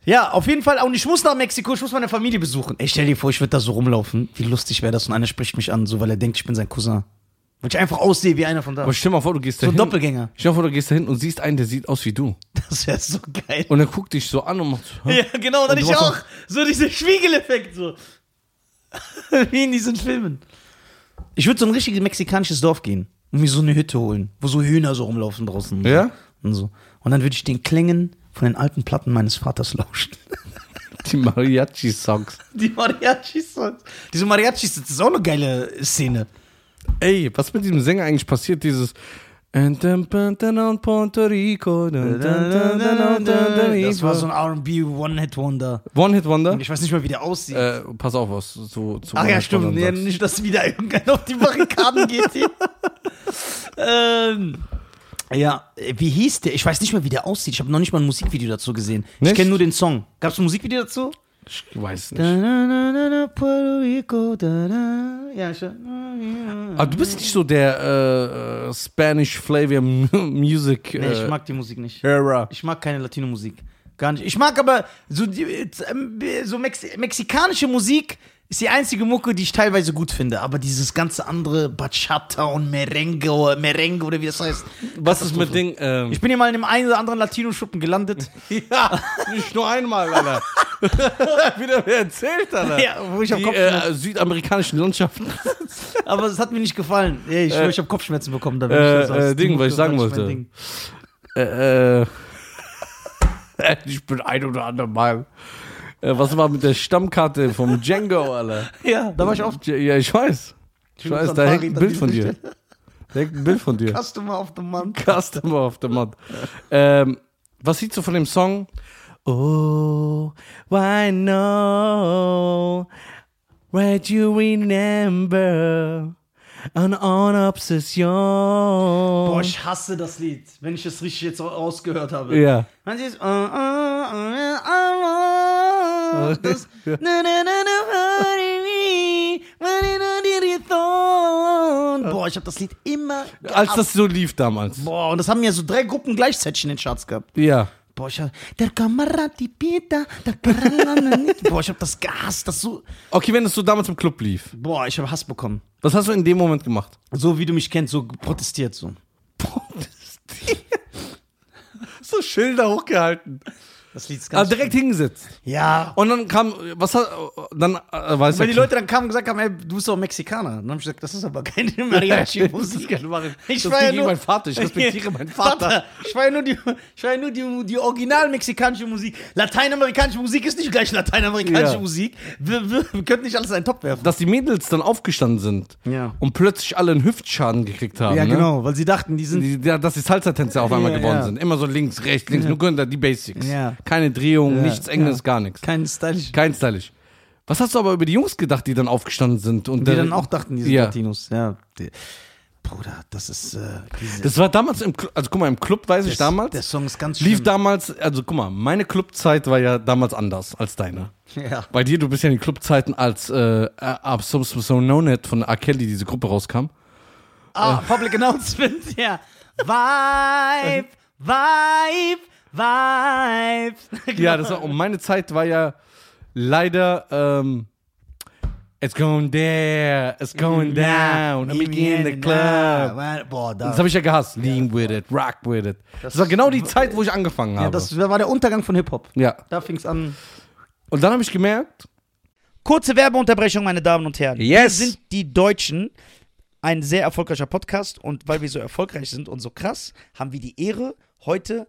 S1: Ja, auf jeden Fall. Und ich muss nach Mexiko, ich muss meine Familie besuchen. Ey, stell dir vor, ich würde da so rumlaufen. Wie lustig wäre das? Und einer spricht mich an, so weil er denkt, ich bin sein Cousin. Weil ich einfach aussehe wie einer von da.
S2: aber stell mal vor, du gehst da
S1: So ein
S2: hin.
S1: Doppelgänger.
S2: Stell mal vor, du gehst da hin und siehst einen, der sieht aus wie du.
S1: Das wäre so geil.
S2: Und er guckt dich so an und macht so, hä?
S1: ja, genau, dann
S2: Und
S1: ich
S2: du machst
S1: auch. So dieser Spiegeleffekt, so. (laughs) Wie in diesen Filmen. Ich würde so ein richtiges mexikanisches Dorf gehen. und mir so eine Hütte holen, wo so Hühner so rumlaufen draußen. und
S3: Ja?
S1: So. Und, so. und dann würde ich den Klängen von den alten Platten meines Vaters lauschen. (laughs)
S2: Die Mariachi-Songs.
S1: Die Mariachis. Diese Mariachis, das ist auch eine geile Szene.
S2: Ey, was mit diesem Sänger eigentlich passiert? Dieses. Und dann Pantan und Puerto Rico. dun, dun, dun, dun, dun, dun,
S1: Das war so
S2: dun.
S1: ein R&B One-Hit-Wonder.
S2: One-Hit-Wonder?
S1: Ich weiß nicht mal, wie der aussieht.
S2: Äh, pass auf, was zu, zu
S1: Ach ja,
S2: One-Hit-Wondern
S1: stimmt. Ja,
S2: sagst.
S1: nicht, dass wieder irgendeiner auf die (laughs) Barrikaden geht hier. ähm, ja, äh, wie hieß der? Ich weiß nicht mal, wie der aussieht. Ich habe noch nicht mal ein Musikvideo dazu gesehen. Ich
S2: Nicht?
S1: kenne nur den Song. Gab es ein Musikvideo dazu?
S2: Ich weiß
S1: Da,
S2: nicht.
S1: da, da, da, da, Puerto Rico, da, da. Ja, schon.
S2: Aber du bist nicht so der äh, Spanish Flavor M- Music äh,
S1: Nee, ich mag die Musik nicht.
S2: Era.
S1: Ich mag keine Latino-Musik. Gar nicht. Ich mag aber so, die, äh, so Mex mexikanische Musik ist die einzige Mucke, die ich teilweise gut finde. Aber dieses ganze andere Bachata und Merengue, oder Merengue oder wie das heißt.
S2: Was ist mit Ding? Ähm,
S1: Ich bin hier mal in dem einen oder anderen Latino-Schuppen gelandet.
S2: ja, (laughs) nicht nur einmal, Alter. (laughs) Wieder wer erzählt, Alter.
S1: (laughs) ja, wo ich hab
S2: Die
S1: Kopfschmerzen.
S2: äh, südamerikanischen Landschaften.
S1: Aber es hat mir nicht gefallen. Ey, Ich, schwör, ich habe Kopfschmerzen bekommen. Da
S2: äh,
S1: ich saß.
S2: äh, Ding,
S1: Die
S2: was ich
S1: Mucke
S2: sagen
S1: war nicht mein
S2: wollte.
S1: Ding.
S2: Äh, äh, (laughs) ich bin ein oder andere Mal. Äh, was war mit der Stammkarte vom Django, Alter?
S1: Ja, da war ich auch.
S2: Ja, ich weiß. Ich weiß, da hängt ein Bild von dir. Da hängt ein Bild von dir.
S1: Customer of the Month.
S2: Customer of the Month. Ähm, was siehst du von dem Song? Oh, why no? Where you remember an on obsession?
S1: Boah,
S2: Boah,
S1: Oh, ich hasse das Lied, wenn ich es richtig jetzt rausgehört habe.
S2: ja.
S1: Man sieht, äh, äh, äh, äh, das- Na, na, na, na, honey, honey, na, di, di, thorn. Boah, ich habe das Lied immer.
S2: Als
S1: gehabt.
S2: das so lief damals.
S1: Boah, und das haben ja so drei Gruppen gleichzeitig in den Charts gehabt.
S2: Ja.
S1: Boah, ich hab, der Kamerad, die Pita, der Kamerad, Boah, ich hab das gehasst, das so.
S2: Okay, wenn es so damals im Club lief,
S1: Boah, ich hab Hass bekommen.
S2: was hast du in dem Moment
S1: (laughs)
S2: gemacht?
S1: So wie du mich kennst, so protestiert so.
S2: So Schilder hochgehalten.
S1: Das Lied ist
S2: Aber
S1: ganz.
S2: Ah, direkt hingesetzt.
S1: ja.
S2: Und dann kam, was hat, dann äh, weiß
S1: Wenn die Leute dann kamen und gesagt haben, ey, du bist doch Mexikaner. Dann habe ich gesagt, das ist aber keine Mariachi-Musik.
S2: Ich
S1: Ich
S2: das
S1: war ja
S2: war
S1: nur...
S2: mein Vater, ich respektiere meinen Vater.
S1: Ich war ja nur die, ich war ja nur die, die original mexikanische Musik. Lateinamerikanische Musik ist nicht gleich lateinamerikanische
S2: Ja.
S1: Musik. Wir, wir, wir könnten nicht alles in einen Topf werfen.
S2: (laughs) Dass die Mädels dann aufgestanden sind
S1: Ja.
S2: und plötzlich alle einen Hüftschaden gekriegt haben.
S1: genau, weil sie dachten,
S2: Ne? Die, ja, dass die Salsa-Tänzer auf einmal
S1: Ja,
S2: geworden
S1: ja.
S2: sind. Immer so links, rechts, links, nur können da die Basics.
S1: Ja.
S2: Keine Drehung,
S1: Ja,
S2: nichts Enges,
S1: ja.
S2: gar nichts.
S1: keinen stylisch.
S2: Kein stylisch. Was hast du aber über die Jungs gedacht, die dann aufgestanden sind? Und
S1: Die dann auch dachten, die sind
S2: Äh, Ja.
S1: Latinos. Ja. Die- Bruder, das ist... Äh, diese,
S2: Das war damals im Club, also guck mal, im Club weiß ich damals.
S1: Der Song ist ganz
S2: lief
S1: schlimm.
S2: damals, also guck mal, meine Clubzeit war ja damals anders als deine.
S1: Ja.
S2: Bei dir, du bist ja in den Clubzeiten, als äh, Ab So So No Net von R. Kelly diese Gruppe rauskam. Äh.
S1: Ah, Public Announcement, ja. Vibe, Vibe, Vibe.
S2: Ja, das war, und meine Zeit war ja leider, ähm, It's going there, it's going down, I'm in the club.
S1: Boah, da.
S2: Das habe ich ja gehasst. Lean with it, rock with it. Das war genau die Zeit, wo ich angefangen
S1: ja,
S2: habe.
S1: das war der Untergang von Hip-Hop.
S2: Ja.
S1: Da fing's an.
S2: Und dann habe ich gemerkt,
S4: Kurze Werbeunterbrechung, meine Damen und Herren.
S3: Yes.
S4: Wir sind die Deutschen. Ein sehr erfolgreicher Podcast und weil wir so erfolgreich sind und so krass, haben wir die Ehre, heute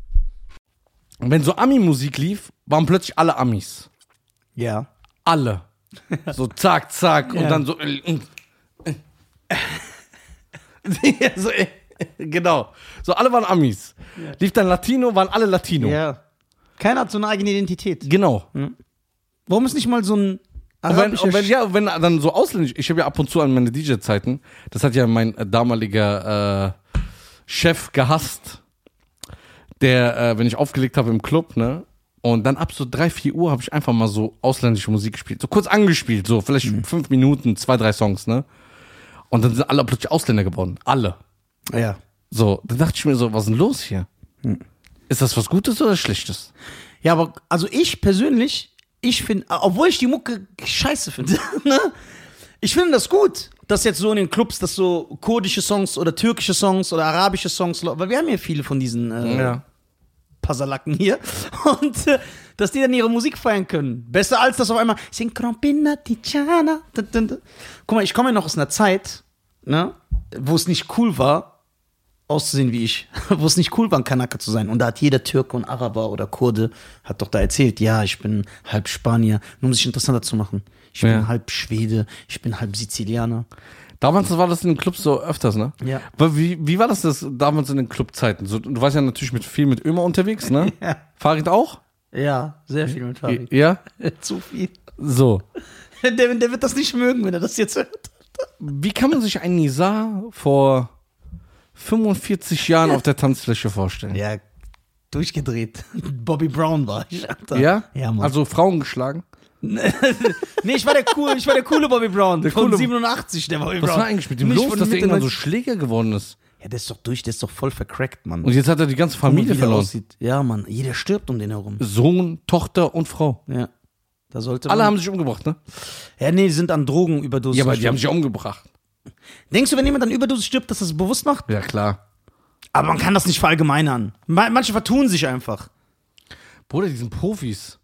S2: Und wenn so Ami-Musik lief, waren plötzlich alle Amis.
S1: Ja. (laughs)
S2: Alle. So zack, zack.
S1: Ja.
S2: Und dann so. äh, äh, äh. (laughs) Ja, so äh, äh, genau. So alle waren Amis. Lief dann Latino, waren alle Latino.
S1: Ja. Keiner hat so eine eigene Identität.
S2: Genau.
S1: Warum ist nicht mal so ein
S2: Und wenn,
S1: arabischer
S2: und wenn, ja, wenn dann so ausländisch, ich habe ja ab und zu an meine DJ-Zeiten, das hat ja mein äh, damaliger äh, Chef gehasst, der, äh, wenn ich aufgelegt habe im Club, ne, und dann ab so drei, vier Uhr habe ich einfach mal so ausländische Musik gespielt, so kurz angespielt, so vielleicht fünf Minuten, zwei, drei Songs, ne, und dann sind alle plötzlich Ausländer geworden, alle.
S1: Sch- ja.
S2: So, dann dachte ich mir so, was ist denn los hier? Ist das was Gutes oder Schlechtes?
S1: Ja, aber also ich persönlich, ich finde, obwohl ich die Mucke scheiße finde, (laughs) ne? ich finde das gut, dass jetzt so in den Clubs, dass so kurdische Songs oder türkische Songs oder arabische Songs, lau- weil wir haben ja viele von diesen äh, Pasalacken hier (laughs) und äh, dass die dann ihre Musik feiern können. Besser als das auf einmal. Syncrompina Tichana. Dun, dun, dun. Guck mal, ich komme ja noch aus einer Zeit, ne, wo es nicht cool war, auszusehen wie ich, (laughs) wo es nicht cool war, ein Kanake zu sein. Und da hat jeder Türke und Araber oder Kurde hat doch da erzählt, ja, ich bin halb Spanier, nur um sich interessanter zu machen. Ich bin
S2: Ja.
S1: halb Schwede, ich bin halb Sizilianer.
S2: Damals war das in den Clubs so öfters, ne?
S1: Ja.
S2: Aber wie, wie war das, das damals in den Clubzeiten? So, du warst ja natürlich mit, viel mit Ömer unterwegs, ne?
S1: (laughs) Ja.
S2: Farid auch?
S1: Ja, sehr viel mit Farid.
S2: Ja.
S1: (laughs) Zu viel.
S2: So.
S1: Der, der wird das nicht mögen, wenn er das jetzt hört.
S2: Wie kann man sich einen Nizar vor 45 Jahren auf der Tanzfläche vorstellen?
S1: Ja, durchgedreht. Bobby Brown (laughs) war ich, Alter.
S2: Ja?
S1: Ja, Mann.
S2: Also Frauen geschlagen?
S1: nee, ich war der, cool, ich war der coole Bobby Brown. Der von
S2: coole-
S1: 87, der Bobby
S2: Was
S1: Brown.
S2: war eigentlich mit ihm
S1: Nicht
S2: los,
S1: von
S2: dass der
S1: Mitte
S2: irgendwann so
S1: 90
S2: Schläger geworden ist?
S1: Ja, der ist doch durch, der ist doch voll vercrackt, Mann.
S2: Und jetzt hat er die ganze Familie
S1: Wie der
S2: verloren.
S1: Aussieht. Ja, Mann, jeder stirbt um den herum.
S2: Sohn, Tochter und Frau.
S1: Ja. Da sollte
S2: Alle
S1: man-
S2: haben sich umgebracht, ne?
S1: Ja, nee, die sind an Drogen überdosis.
S2: Ja, aber die haben sich umgebracht.
S1: Denkst du, wenn jemand an Überdosis stirbt, dass das bewusst macht?
S2: Ja, klar.
S1: Aber man kann das nicht verallgemeinern. Ma- Manche vertun sich einfach.
S2: Bruder, die sind Profis.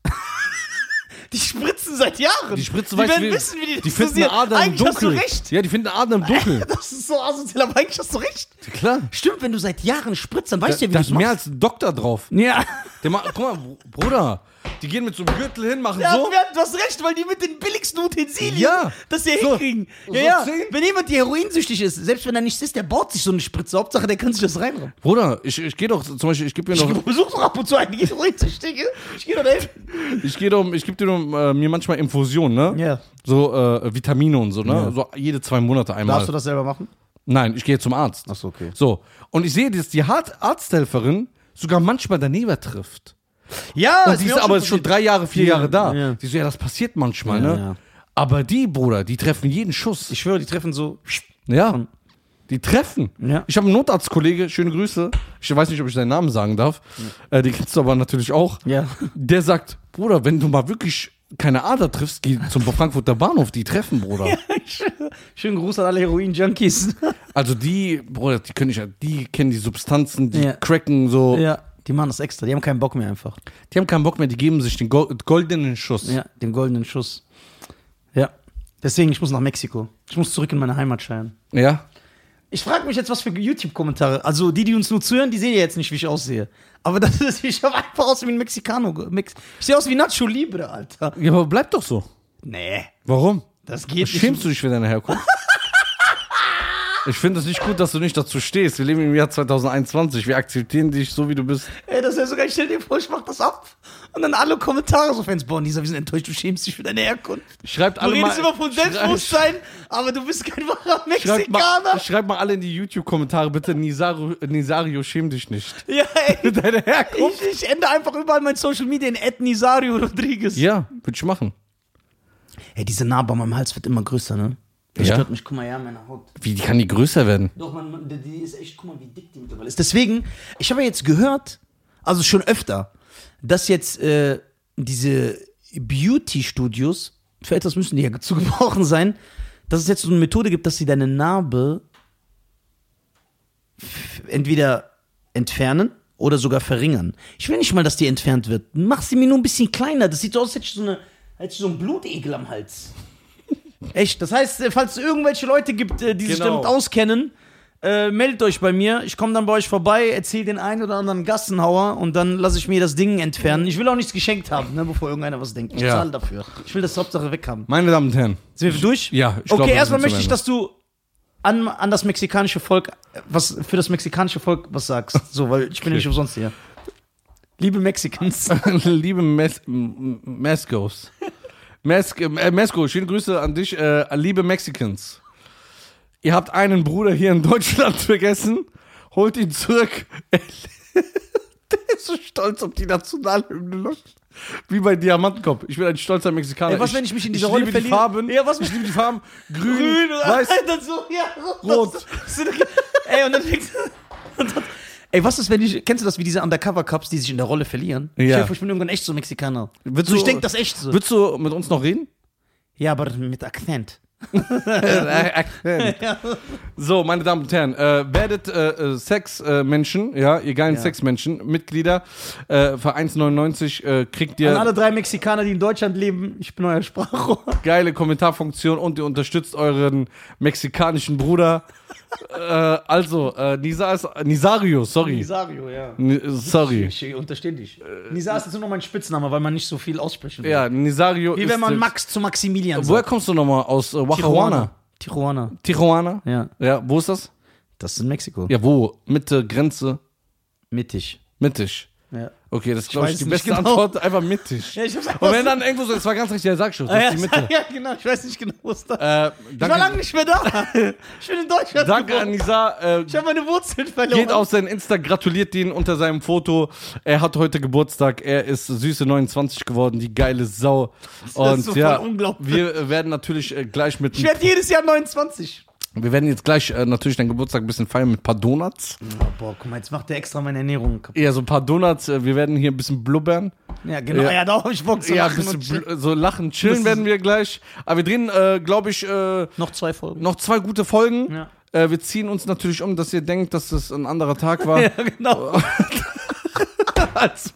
S1: Die spritzen seit Jahren.
S2: Die Spritzen
S1: die
S2: weiß
S1: werden
S2: wie,
S1: wissen, wie die,
S2: die finden eine Ader im
S1: Eigentlich hast du
S2: Dunkeln.
S1: recht.
S2: Ja, die finden eine Ader
S1: (laughs)
S2: im Dunkeln.
S1: Das ist so asozial, aber eigentlich hast du recht.
S2: Klar.
S1: Stimmt, wenn du seit Jahren spritzt, dann weißt du ja, wie
S2: da
S1: du
S2: ist
S1: es
S2: mehr
S1: machst.
S2: als ein Doktor drauf.
S1: Ja.
S2: Der ma Guck mal, Br- Bruder, die gehen mit so einem Gürtel hin, machen
S1: Ja,
S2: so.
S1: wir- du hast recht, weil die mit den billigsten Utensilien
S2: Ja.
S1: das hier
S2: So.
S1: hinkriegen. Ja,
S2: So
S1: ja.
S2: zehn.
S1: Wenn jemand der heroinsüchtig ist, selbst wenn er nichts ist, der baut sich so eine Spritze. Hauptsache, der kann sich das reinrauben.
S2: Bruder, ich, ich gehe doch zum Beispiel, ich gebe mir
S1: Ich
S2: noch,
S1: besuche doch ab und zu einen die heroinsüchtige. Ich gehe doch dahin.
S2: ich gehe doch, ich gebe dir doch, äh, mir manchmal Infusionen, ne?
S1: Ja.
S2: So äh, Vitamine und so, ne? So jede zwei Monate einmal.
S1: das selber machen?
S2: Nein, ich gehe zum Arzt.
S1: Ach so, okay.
S2: So und ich sehe, dass die Har- Arzthelferin sogar manchmal daneben trifft.
S1: Ja,
S2: Und die
S1: mir
S2: ist
S1: auch
S2: aber schon
S1: passiert.
S2: drei Jahre, vier
S1: Ja,
S2: Jahre da.
S1: ja.
S2: Die so, ja, das passiert manchmal,
S1: Ja,
S2: ne?
S1: ja.
S2: Aber die, Bruder, die treffen jeden Schuss.
S1: Ich schwöre, die treffen so.
S2: Ja. Die treffen.
S1: Ja.
S2: Ich habe einen Notarztkollege, schöne Grüße. Ich weiß nicht, ob ich seinen Namen sagen darf. Äh, den kennst du aber natürlich auch.
S1: Ja.
S2: Der sagt, Bruder, wenn du mal wirklich keine Ader triffst, geh zum Frankfurter Bahnhof, die treffen, Bruder.
S1: Schönen Gruß an alle Heroin-Junkies.
S2: Also die, Bruder, die können ich, die kennen die Substanzen, die
S1: Ja.
S2: cracken
S1: (laughs)
S2: so.
S1: ja. Die machen das extra, die haben keinen Bock mehr einfach.
S2: Die haben keinen Bock mehr, die geben sich den go- goldenen Schuss.
S1: Ja, den goldenen Schuss. Ja. Deswegen, ich muss nach Mexiko. Ich muss zurück in meine Heimat scheinen.
S2: Ja?
S1: Ich frage mich jetzt, was für YouTube-Kommentare. Also die, die uns nur zuhören, die sehen ja jetzt nicht, wie ich aussehe. Aber das ist, ich habe einfach aus wie ein Mexikaner. ge- Mex ich sehe aus wie Nacho Libre, Alter.
S2: Ja, aber bleib doch so.
S1: Nee,
S2: Warum?
S1: das geht nicht. (laughs)
S2: Schämst du dich für deine Herkunft? Ich finde es nicht gut, dass du nicht dazu stehst. Wir leben im Jahr 2021. Wir akzeptieren dich so, wie du bist.
S1: Ey, das wäre sogar, ich stell dir vor, ich mach das ab. Und dann alle Kommentare so Fans, boah, Nisa, wir sind enttäuscht, du schämst dich für deine Herkunft.
S2: Schreibt
S1: Du
S2: alle
S1: redest
S2: mal,
S1: immer von Selbstbewusstsein, aber du bist kein wahrer
S2: Schreibt mal,
S1: Mexikaner.
S2: schreibt mal alle in die YouTube-Kommentare bitte, Nisario, Nisario, schäm dich nicht.
S1: Ja, ey.
S2: (laughs) Deine Herkunft.
S1: Ich, ich ende einfach überall mein Social Media in Ed Nisario Rodriguez.
S2: Ja, würde ich machen.
S1: Ey, diese Narbe an meinem Hals wird immer größer, ne? Das
S2: Ja.
S1: stört mich, guck mal, ja, meine Haut.
S2: Wie die kann die größer werden?
S1: Doch, man, man, die- die ist echt, guck mal, wie dick die mittlerweile ist. Deswegen, ich habe ja jetzt gehört, also schon öfter, dass jetzt äh, diese Beauty-Studios, für etwas müssen die ja (laughs) zu gebrauchen sein, dass es jetzt so eine Methode gibt, dass sie deine Narbe f- entweder entfernen oder sogar verringern. Ich will nicht mal, dass die entfernt wird. Mach sie mir nur ein bisschen kleiner. Das sieht so aus, als hätte ich so, eine, als hätte ich so einen Blutegel am (laughs) Hals. Echt? Das heißt, äh, falls es irgendwelche Leute gibt, äh, die sich
S2: Genau.
S1: damit auskennen, äh, meldet euch bei mir. Ich komme dann bei euch vorbei, erzähle den einen oder anderen Gassenhauer und dann lasse ich mir das Ding entfernen. Ich will auch nichts geschenkt haben, ne, bevor irgendeiner was denkt. Ich
S2: Ja.
S1: zahle dafür. Ich will das Hauptsache weghaben.
S2: Meine Damen und Herren,
S1: Sind wir durch?
S2: ja, ich
S1: okay,
S2: glaube, wir
S1: erstmal
S2: sind zum
S1: möchte ich,
S2: Ende.
S1: dass du an, an das mexikanische Volk, äh, was für das mexikanische Volk was sagst. So, weil ich bin ja nicht umsonst hier. Liebe Mexikans.
S2: (laughs) Liebe Mes M- M- Mascos. Mes äh, Mesco, schöne Grüße an dich, äh, liebe Mexicans. Ihr habt einen Bruder hier in Deutschland (laughs) vergessen, holt ihn zurück. (laughs) Der ist so stolz auf die Nationalhymne. Leute. Wie bei Diamantenkopf. Ich bin ein stolzer Mexikaner.
S1: Ey, was, wenn ich mich in dieser
S2: ich
S1: Rolle
S2: liebe die
S1: verliere?
S2: Farben.
S1: Ja, was-
S2: ich liebe die Farben. Grün,
S1: grün oder
S2: weiß.
S1: (laughs) dann so, ja,
S2: Rot.
S1: So, so, ey, und dann fängst du. und dann- Ey, was ist, wenn ich. Kennst du das wie diese Undercover-Cups, die sich in der Rolle verlieren? Ich,
S2: Ja.
S1: helfe, ich bin irgendwann echt so Mexikaner.
S2: Würdest
S1: So, ich
S2: du-
S1: denke das echt so.
S2: Würdest du mit uns noch reden?
S1: Ja, aber mit Akzent.
S2: (laughs) So, meine Damen und Herren, äh, werdet äh, äh, Sexmenschen, äh, Menschen, ja, ihr geilen Sexmenschen, Mitglieder, äh, Vereins 99, äh, kriegt
S1: An
S2: ihr
S1: alle drei Mexikaner, die in Deutschland leben, ich bin euer Sprachrohr.
S2: geile Kommentarfunktion und ihr unterstützt euren
S1: (laughs)
S2: mexikanischen Bruder. äh, also, äh, Nisa ist, Nisario,
S1: (laughs)
S2: sorry.
S1: Nisario, ja. Äh,
S2: Ni- sorry.
S1: Ich unterstehe dich. Nisa ist jetzt nur noch mein Spitzname, weil man nicht so viel aussprechen will.
S2: Ja, Nisario
S1: Wie
S2: ist.
S1: wenn man
S2: der-
S1: Max zu Maximilian
S2: Woher
S1: sagt.
S2: kommst du nochmal? Aus äh, Tijuana.
S1: Tijuana.
S2: Tijuana?
S1: Ja.
S2: Ja, wo ist das?
S1: Das ist in Mexiko.
S2: Ja, wo? Mitte, Grenze,
S1: Mittig. mittig.
S2: mittig.
S1: Ja.
S2: Okay, das ist, glaube
S1: weiß
S2: ich, die
S1: nicht
S2: beste
S1: genau.
S2: Antwort. Einfach mittig.
S1: ich hab's einfach
S2: Und wenn dann irgendwo so, das war ganz richtig, der Sackschutz, das ist die Mitte.
S1: (laughs) Ja, genau, ich weiß nicht genau, was da.
S2: Äh,
S1: ich war lange
S2: danke,
S1: nicht mehr da. Ich bin in Deutschland.
S2: danke
S1: geboren.
S2: an Nisa. Äh,
S1: Ich habe meine Wurzeln verloren.
S2: geht auf sein Insta, gratuliert ihn unter seinem Foto. Er hat heute Geburtstag, er ist süße 29 geworden, die geile Sau. Und
S1: so voll
S2: ja,
S1: unglaublich.
S2: wir äh, werden natürlich äh, gleich mit.
S1: Ich werde jedes Jahr 29.
S2: Wir werden jetzt gleich äh, natürlich deinen Geburtstag ein bisschen feiern mit ein paar Donuts.
S1: boah, guck mal, jetzt macht der extra meine Ernährung kaputt.
S2: Ja, so ein paar Donuts. Äh, wir werden hier ein bisschen blubbern.
S1: Ja, genau. Ja,
S2: Ja.
S1: da habe ich Bock zu
S2: Ja, ein
S1: lachen
S2: bisschen
S1: und shit.
S2: bl so lachen, chillen werden wir gleich. Aber wir drehen, äh, glaube ich, äh,
S1: Noch zwei Folgen.
S2: noch zwei gute
S1: (laughs)
S2: Folgen.
S1: Ja.
S2: Äh, wir ziehen uns natürlich um, dass ihr denkt, dass es
S1: (laughs)
S2: ein (laughs) anderer Tag war.
S1: genau.
S2: Macht's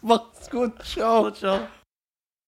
S2: gut.
S1: Ciao, ciao.